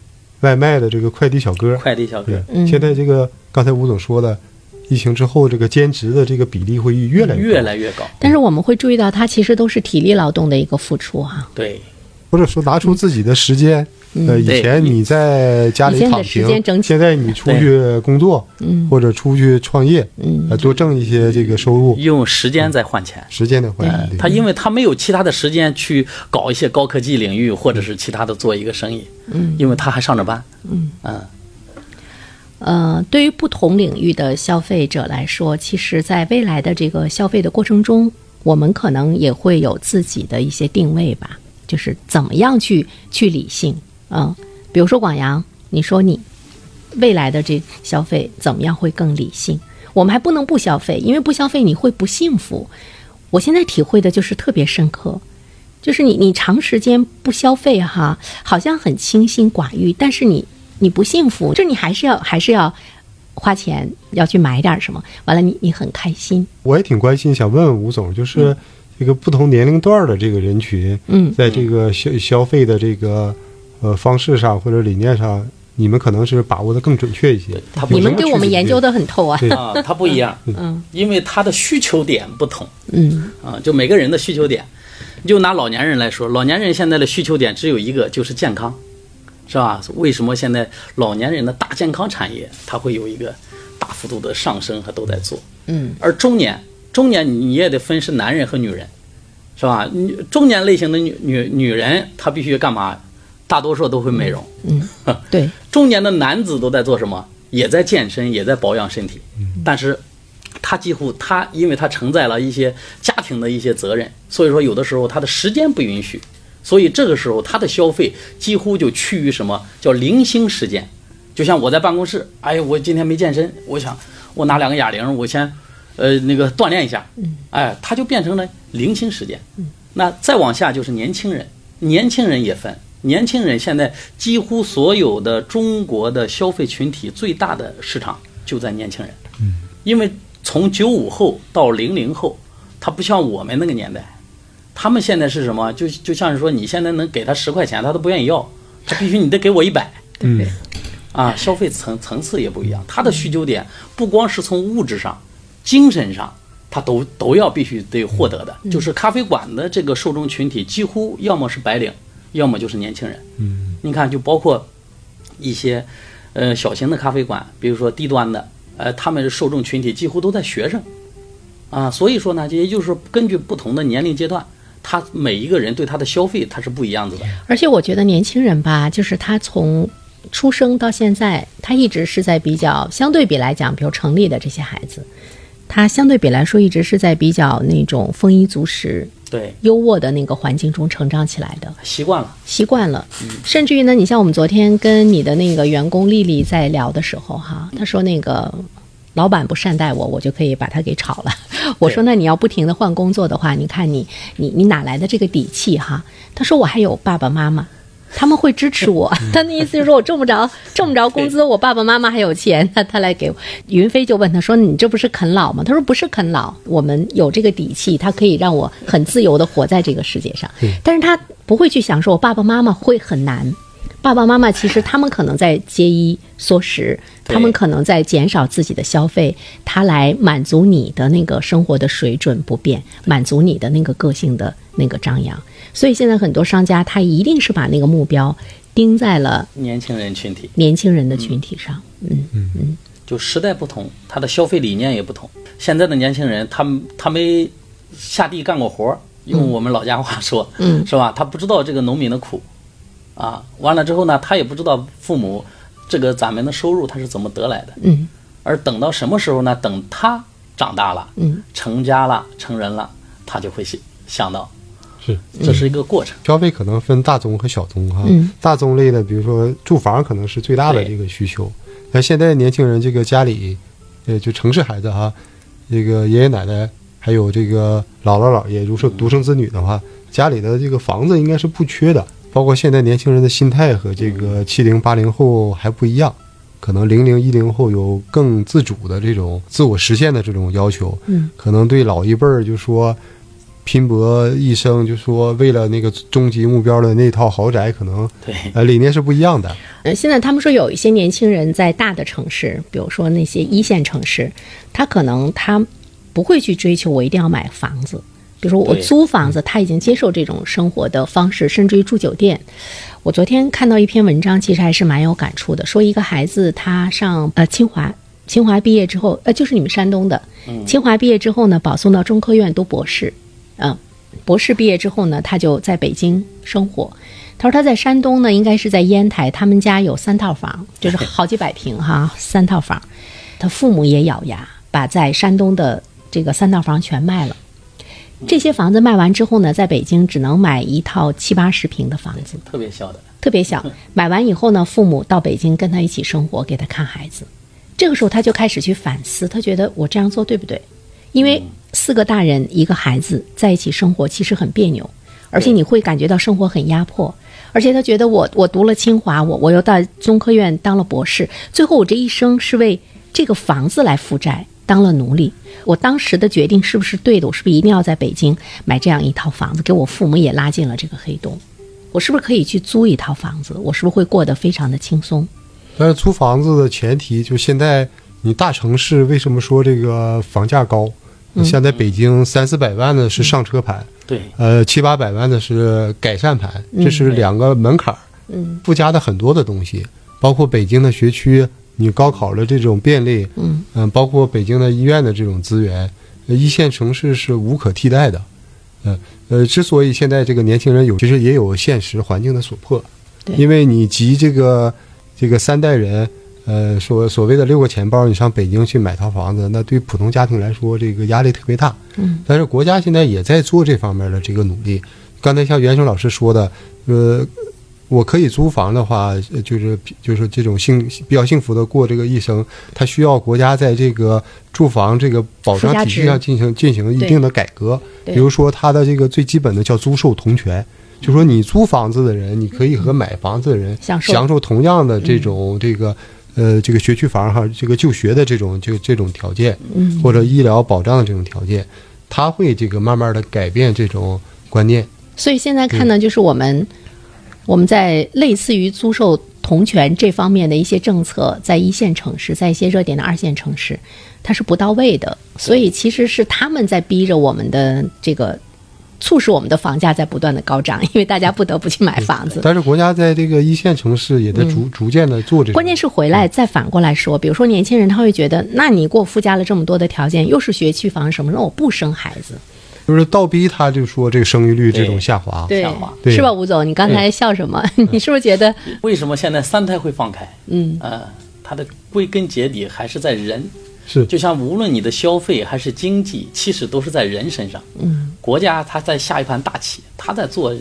[SPEAKER 3] 外卖的这个快递小哥，
[SPEAKER 4] 快递小哥
[SPEAKER 3] 对，
[SPEAKER 2] 嗯
[SPEAKER 3] 现在这个刚才吴总说的，疫情之后这个兼职的这个比例会越来
[SPEAKER 4] 越
[SPEAKER 3] 高
[SPEAKER 4] 来越高，
[SPEAKER 2] 但是我们会注意到，它其实都是体力劳动的一个付出啊哈、
[SPEAKER 4] 对，
[SPEAKER 3] 或者说拿出自己的时间。呃，以
[SPEAKER 4] 对
[SPEAKER 3] 前你在
[SPEAKER 2] 嗯
[SPEAKER 3] 家
[SPEAKER 2] 以
[SPEAKER 3] 里
[SPEAKER 2] 前的
[SPEAKER 3] 躺
[SPEAKER 2] 时间整
[SPEAKER 3] 平，
[SPEAKER 2] 体嗯
[SPEAKER 3] 现在你出去工作，或者出去创业，呃，多挣一些这个收入，
[SPEAKER 4] 用时间在换钱。
[SPEAKER 3] 时间的换
[SPEAKER 4] 呃
[SPEAKER 3] 钱。对
[SPEAKER 4] 嗯他因为他没有其他的时间去搞一些高科技领域，或者是其他的做一个生意，嗯，因为他还上着班，嗯
[SPEAKER 2] 呃，对于不同领域的消费者来说，其实在未来的这个消费的过程中，我们可能也会有自己的一些定位吧，就是怎么样去去理性，嗯，比如说广阳，你说你未来的这消费怎么样会更理性？我们还不能不消费，因为不消费你会不幸福。我现在体会的就是特别深刻，就是你你长时间不消费哈，好像很清心寡欲，但是你你不幸福，就是你还是要还是要花钱要去买点什么，完了你你很开心，
[SPEAKER 3] 我也挺关心，想问问吴总，就是这个不同年龄段的这个人群，
[SPEAKER 2] 嗯
[SPEAKER 3] 在这个消消费的这个呃方式上或者理念上，你们可能是把握的更准确一些。
[SPEAKER 4] 他不
[SPEAKER 2] 你
[SPEAKER 4] 一
[SPEAKER 2] 们
[SPEAKER 4] 样
[SPEAKER 2] 对我们研究的很透啊，
[SPEAKER 3] 对
[SPEAKER 4] 啊，他不一样，嗯，因为他的需求点不同
[SPEAKER 2] 嗯
[SPEAKER 4] 啊，就每个人的需求点。你就拿老年人来说，老年人现在的需求点只有一个，就是健康，是吧？为什么现在老年人的大健康产业它会有一个大幅度的上升，还都在做？
[SPEAKER 2] 嗯，
[SPEAKER 4] 而中年，中年你也得分是男人和女人，是吧？女中年类型的女女女人，她必须干嘛？大多数都会美容。 嗯，
[SPEAKER 2] 对，
[SPEAKER 4] 中年的男子都在做什么？也在健身，也在保养身体。但是，他几乎他因为他承载了一些家庭的一些责任，所以说有的时候他的时间不允许，所以这个时候他的消费几乎就趋于什么叫零星时间。就像我在办公室，哎呀，我今天没健身，我想我拿两个哑铃，我先，呃，那个锻炼一下，哎，他就变成了零星时间。那再往下就是年轻人，年轻人也分，年轻人现在几乎所有的中国的消费群体最大的市场就在年轻人，因为从九五后到零零后，他不像我们那个年代，他们现在是什么？就就像是说，你现在能给他十块钱，他都不愿意要，他必须你得给我一百。
[SPEAKER 2] 对，
[SPEAKER 4] 啊，消费层层次也不一样，他的需求点不光是从物质上、精神上，他都都要必须得获得的。就是咖啡馆的这个受众群体，几乎要么是白领，要么就是年轻人。嗯，你看，就包括一些呃小型的咖啡馆，比如说低端的，呃，他们受众群体几乎都在学生。啊，所以说呢，也就是说根据不同的年龄阶段，他每一个人对他的消费他是不一样子的。
[SPEAKER 2] 而且我觉得年轻人吧，就是他从出生到现在，他一直是在比较相对比来讲，比如城里的这些孩子，他相对比来说一直是在比较那种丰衣足食、
[SPEAKER 4] 对，
[SPEAKER 2] 优渥的那个环境中成长起来的。
[SPEAKER 4] 习惯了。
[SPEAKER 2] 习惯了，甚至于呢，你像我们昨天跟你的那个员工丽丽在聊的时候，哈，她说那个老板不善待我，我就可以把他给炒了。我说那你要不停的换工作的话，你看你你你哪来的这个底气哈？她说我还有爸爸妈妈。他们会支持我， 她那意思就是说我挣不着，挣不着工资，我爸爸妈妈还有钱， 那他来给我。云飞就问他说：“你这不是啃老吗？”他说：“不是啃老，我们有这个底气，他可以让我很自由的活在这个世界上。但是他不会去想说，我爸爸妈妈会很难。爸爸妈妈其实他们可能在节衣缩食，
[SPEAKER 4] 对
[SPEAKER 2] 他们可能在减少自己的消费，他来满足你的那个生活的水准不变，满足你的那个个性的那个张扬。所以现在很多商家他一定是把那个目标盯在了
[SPEAKER 4] 年轻人群体
[SPEAKER 2] 年轻人的群体上。嗯
[SPEAKER 4] 就时代不同，他的消费理念也不同。现在的年轻人，他们他没下地干过活儿，用我们老家话说，
[SPEAKER 2] 嗯
[SPEAKER 4] 是吧？他不知道这个农民的苦，啊，完了之后呢，他也不知道父母这个咱们的收入他是怎么得来的。
[SPEAKER 2] 嗯
[SPEAKER 4] 而等到什么时候呢？等他长大了，
[SPEAKER 2] 嗯，
[SPEAKER 4] 成家了，成人了，他就会想想到，
[SPEAKER 3] 是
[SPEAKER 4] 这是一个过程。
[SPEAKER 3] 消费可能分大宗和小宗哈。
[SPEAKER 2] 嗯
[SPEAKER 3] 大宗类的，比如说住房，可能是最大的
[SPEAKER 4] 对
[SPEAKER 3] 这个需求。那现在年轻人这个家里，呃，就城市孩子哈，这个爷爷奶奶还有这个姥姥姥爷，如是独生子女的话，家里的这个房子应该是不缺的。包括现在年轻人的心态和这个七零八零后还不一样，可能零零一零后有更自主的这种自我实现的这种要求。
[SPEAKER 2] 嗯，
[SPEAKER 3] 可能对老一辈儿就说拼搏一生，就说为了那个终极目标的那套豪宅，可能
[SPEAKER 4] 对，
[SPEAKER 3] 呃理念是不一样的。
[SPEAKER 2] 呃，现在他们说有一些年轻人在大的城市，比如说那些一线城市，他可能他不会去追求我一定要买房子，比如说我
[SPEAKER 4] 对
[SPEAKER 2] 租房子，他已经接受这种生活的方式，甚至于住酒店。我昨天看到一篇文章，其实还是蛮有感触的，说一个孩子他上呃清华。清华毕业之后，呃，就是你们山东的。清华毕业之后呢，保送到中科院读博士，嗯，博士毕业之后呢，他就在北京生活。他说他在山东呢，应该是在烟台，他们家有三套房，就是好几百平哈，三套房。他父母也咬牙把在山东的这个三套房全卖了。这些房子卖完之后呢，在北京只能买一套七八十平的房子。
[SPEAKER 4] 特别小的，
[SPEAKER 2] 特别小。买完以后呢，父母到北京跟他一起生活，给他看孩子。这个时候他就开始去反思，他觉得我这样做对不对？因为四个大人一个孩子在一起生活其实很别扭，而且你会感觉到生活很压迫。而且他觉得我我读了清华，我我又到中科院当了博士，最后我这一生是为这个房子来负债，当了奴隶。我当时的决定是不是对的？我是不是一定要在北京买这样一套房子，给我父母也拉进了这个黑洞？我是不是可以去租一套房子？我是不是会过得非常的轻松？
[SPEAKER 3] 但是租房子的前提，就现在你大城市为什么说这个房价高？你像在北京三四百万的是上车盘，
[SPEAKER 4] 对，
[SPEAKER 3] 呃七八百万的是改善盘，这是两个门槛儿，
[SPEAKER 2] 嗯，
[SPEAKER 3] 附加的很多的东西，包括北京的学区，你高考的这种便利，呃
[SPEAKER 2] 嗯
[SPEAKER 3] 包括北京的医院的这种资源，呃一线城市是无可替代的，嗯呃，之所以现在这个年轻人有，其实也有现实环境的所迫，
[SPEAKER 2] 对
[SPEAKER 3] 因为你集这个这个三代人。呃，所所谓的六个钱包，你上北京去买套房子，那对普通家庭来说，这个压力特别大。
[SPEAKER 2] 嗯，
[SPEAKER 3] 但是国家现在也在做这方面的这个努力。刚才像袁生老师说的，呃，我可以租房的话，呃就是就是这种幸比较幸福的过这个一生，它需要国家在这个住房这个保障体系上进行进行一定的改革。
[SPEAKER 2] 对嗯
[SPEAKER 3] 比如说，它的这个最基本的叫租售同权，就说你租房子的人，你可以和买房子的人
[SPEAKER 2] 享受嗯
[SPEAKER 3] 享受同样的这种这个。呃，这个学区房哈，这个就学的这种这这种条件，
[SPEAKER 2] 嗯
[SPEAKER 3] 或者医疗保障的这种条件，他会这个慢慢的改变这种观念。
[SPEAKER 2] 所以现在看呢，就是我们我们在类似于租售同权这方面的一些政策，在一线城市，在一些热点的二线城市，它是不到位的。所以其实是他们在逼着我们的这个，促使我们的房价在不断的高涨，因为大家不得不去买房子。
[SPEAKER 3] 但是国家在这个一线城市也在逐、逐渐的做这种，
[SPEAKER 2] 嗯关键是回来再反过来说，比如说年轻人他会觉得，那你给我附加了这么多的条件，又是学区房什么，那我不生孩子，
[SPEAKER 3] 就是倒逼他就说这个生育率这种
[SPEAKER 4] 对
[SPEAKER 3] 下滑，
[SPEAKER 2] 对
[SPEAKER 4] 想法
[SPEAKER 3] 对嗯
[SPEAKER 2] 是吧，吴总？你刚才笑什么？ 你是不是觉得
[SPEAKER 4] 为什么现在三胎会放开？
[SPEAKER 2] 嗯
[SPEAKER 4] 呃，它的归根结底还是在人，
[SPEAKER 3] 是
[SPEAKER 4] 就像无论你的消费还是经济，其实都是在人身上。嗯，国家它在下一盘大棋，它在做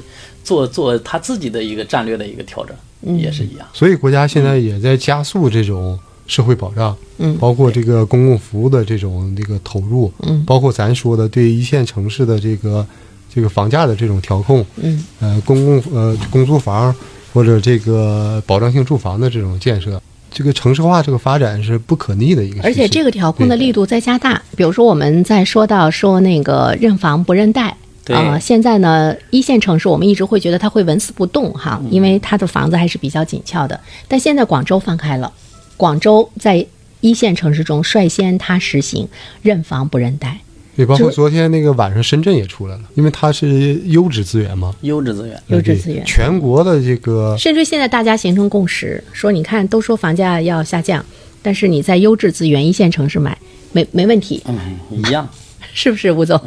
[SPEAKER 4] 做做它自己的一个战略的一个调整，也是一样。
[SPEAKER 3] 所以国家现在也在加速这种社会保障，
[SPEAKER 2] 嗯
[SPEAKER 3] 包括这个公共服务的这种这个投入，
[SPEAKER 2] 嗯
[SPEAKER 3] 包括咱说的对一线城市的这个这个房价的这种调控，
[SPEAKER 2] 嗯，
[SPEAKER 3] 呃，公共呃公租房或者这个保障性住房的这种建设，这个城市化这个发展是不可逆的一个，
[SPEAKER 2] 而且这个调控的力度在加大。比如说，我们在说到说那个认房不认贷。
[SPEAKER 4] 对
[SPEAKER 2] 啊、现在呢，一线城市我们一直会觉得它会纹丝不动哈，
[SPEAKER 3] 嗯
[SPEAKER 2] 因为它的房子还是比较紧俏的。但现在广州放开了，广州在一线城市中率先它实行认房不认贷，
[SPEAKER 3] 对，包括
[SPEAKER 2] 就是
[SPEAKER 3] 昨天那个晚上深圳也出来了，因为它是优质资源嘛，
[SPEAKER 4] 优质资源，
[SPEAKER 2] 优质
[SPEAKER 3] 嗯对
[SPEAKER 2] 资源
[SPEAKER 3] 全国的这个
[SPEAKER 2] 甚至现在大家形成共识，说你看都说房价要下降，但是你在优质资源一线城市买没没问题，
[SPEAKER 4] 嗯，一样。
[SPEAKER 2] 是不是吴总？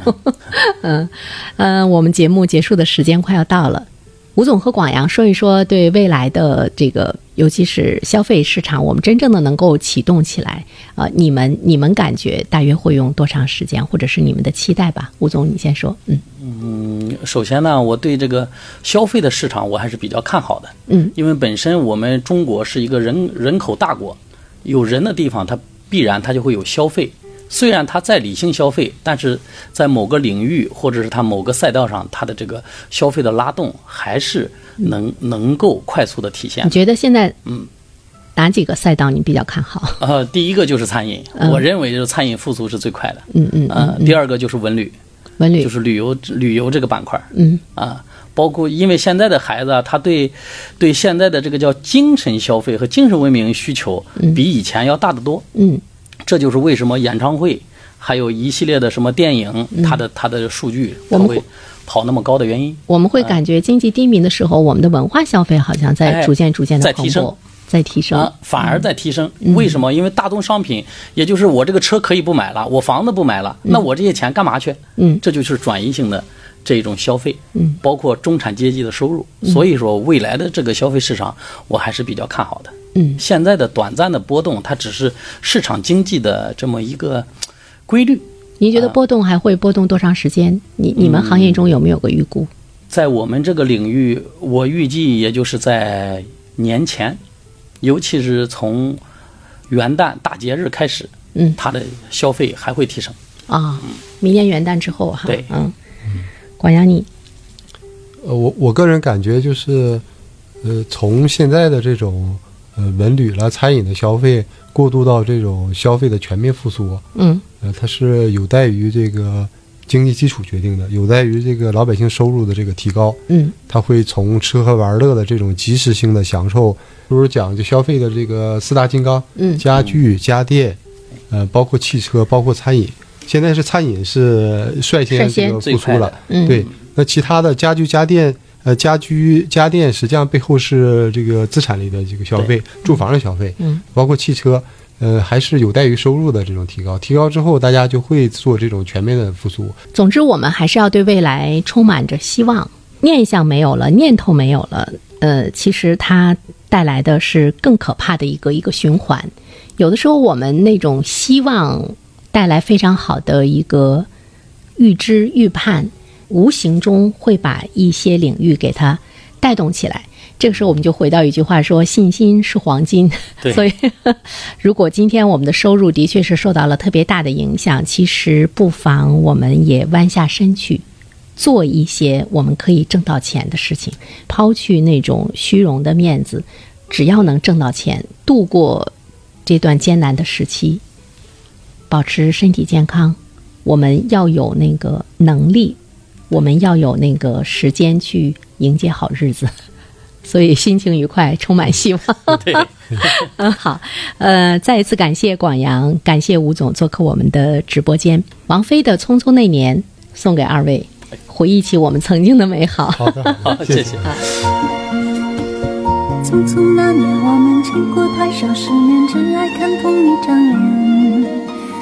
[SPEAKER 2] 嗯 嗯，我们节目结束的时间快要到了，吴总和广阳说一说对未来的这个，尤其是消费市场，我们真正的能够启动起来啊、呃你们你们感觉大约会用多长时间，或者是你们的期待吧？吴总，你先说。嗯
[SPEAKER 4] 嗯，首先呢，我对这个消费的市场我还是比较看好的。
[SPEAKER 2] 嗯，
[SPEAKER 4] 因为本身我们中国是一个人人口大国，有人的地方，它必然它就会有消费。虽然它在理性消费，但是在某个领域或者是它某个赛道上，它的这个消费的拉动还是能能够快速的体现
[SPEAKER 2] 你
[SPEAKER 4] 的。
[SPEAKER 2] 觉得现在嗯哪几个赛道你比较看好？
[SPEAKER 4] 呃，第一个就是餐饮，
[SPEAKER 2] 嗯
[SPEAKER 4] 我认为就是餐饮复苏是最快的。
[SPEAKER 2] 嗯嗯
[SPEAKER 4] 呃，
[SPEAKER 2] 嗯，
[SPEAKER 4] 第二个就是文旅，
[SPEAKER 2] 文旅
[SPEAKER 4] 就是旅游旅游这个板块。
[SPEAKER 2] 嗯
[SPEAKER 4] 啊，包括因为现在的孩子啊，他对对现在的这个叫精神消费和精神文明需求比以前要大得多。
[SPEAKER 2] 嗯
[SPEAKER 4] 这就是为什么演唱会还有一系列的什么电影，它的它的数据
[SPEAKER 2] 嗯我
[SPEAKER 4] 它
[SPEAKER 2] 们
[SPEAKER 4] 会跑那么高的原因。
[SPEAKER 2] 我们会感觉经济低迷的时候，我们的文化消费好像在
[SPEAKER 4] 呃哎
[SPEAKER 2] 逐渐逐渐的
[SPEAKER 4] 在
[SPEAKER 2] 蓬
[SPEAKER 4] 提升
[SPEAKER 2] 勃，在提升。
[SPEAKER 4] 啊，反而在提升。为什
[SPEAKER 2] 嗯
[SPEAKER 4] 么？因为大宗商品，也就是我这个车可以不买了，我房子不买了，那我这些钱干嘛去？
[SPEAKER 2] 嗯
[SPEAKER 4] 这就是转移性的这种消费，
[SPEAKER 2] 嗯，
[SPEAKER 4] 包括中产阶级的收入。所以说，未来的这个消费市场，我还是比较看好的。
[SPEAKER 2] 嗯
[SPEAKER 4] 现在的短暂的波动，它只是市场经济的这么一个规律。
[SPEAKER 2] 您觉得波动还会波动多长时间？你你们行业中有没有个预估？
[SPEAKER 4] 在我们这个领域，我预计也就是在年前，尤其是从元旦大节日开始，
[SPEAKER 2] 嗯
[SPEAKER 4] 它的消费还会提升。
[SPEAKER 2] 啊，明年元旦之后哈，
[SPEAKER 4] 对
[SPEAKER 2] 嗯，广阳你
[SPEAKER 3] 呃，我我个人感觉就是，呃，从现在的这种呃文旅啦、餐饮的消费，过渡到这种消费的全面复苏，
[SPEAKER 2] 嗯
[SPEAKER 3] 呃，它是有待于这个经济基础决定的，有待于这个老百姓收入的这个提高，
[SPEAKER 2] 嗯
[SPEAKER 3] 它会从吃喝玩乐的这种及时性的享受，不如讲就消费的这个四大金刚，
[SPEAKER 2] 嗯
[SPEAKER 3] 家具、家电，呃，包括汽车，包括餐饮。现在是餐饮是
[SPEAKER 2] 率
[SPEAKER 3] 率先
[SPEAKER 2] 先
[SPEAKER 3] 这个
[SPEAKER 4] 最
[SPEAKER 3] 复
[SPEAKER 4] 快
[SPEAKER 3] 苏
[SPEAKER 4] 的
[SPEAKER 3] 了，
[SPEAKER 2] 嗯
[SPEAKER 3] 对，那其他的家居家电，呃，家居家电实际上背后是这个资产类的这个消费，住房的消费，
[SPEAKER 2] 嗯，
[SPEAKER 3] 包括汽车，呃，还是有待于收入的这种提高。提高之后，大家就会做这种全面的复苏。
[SPEAKER 2] 总之，我们还是要对未来充满着希望。念想没有了，念头没有了，呃，其实它带来的是更可怕的一个一个循环。有的时候，我们那种希望带来非常好的一个预知预判，无形中会把一些领域给它带动起来。这个时候，我们就回到一句话说：“信心是黄金。”
[SPEAKER 4] 对
[SPEAKER 2] 所以如果今天我们的收入的确是受到了特别大的影响，其实不妨我们也弯下身去，做一些我们可以挣到钱的事情，抛去那种虚荣的面子，只要能挣到钱，度过这段艰难的时期，保持身体健康，我们要有那个能力，我们要有那个时间去迎接好日子。 所以心情愉快，充满希望。
[SPEAKER 4] 对，
[SPEAKER 2] 嗯，好，呃，再一次感谢广阳，感谢吴总做客我们的直播间。王菲的《匆匆那年》送给二位，回忆起我们曾经的美好。
[SPEAKER 3] 好的，好 的，
[SPEAKER 4] 谢
[SPEAKER 3] 谢
[SPEAKER 4] 谢。
[SPEAKER 5] 匆匆那年，我们经过太少世面，只爱看同一张脸。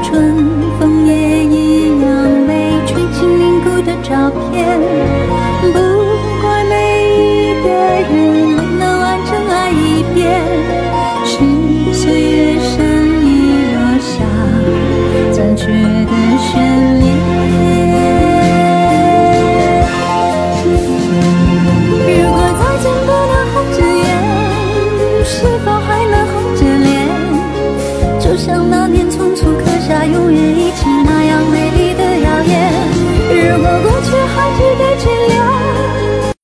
[SPEAKER 5] 春风也一样被吹进凝固的照片。不怪每一个人没能完整爱一遍，是岁月深一落下残缺的悬念。如果再见不能红着眼，是否还能红着脸？就像那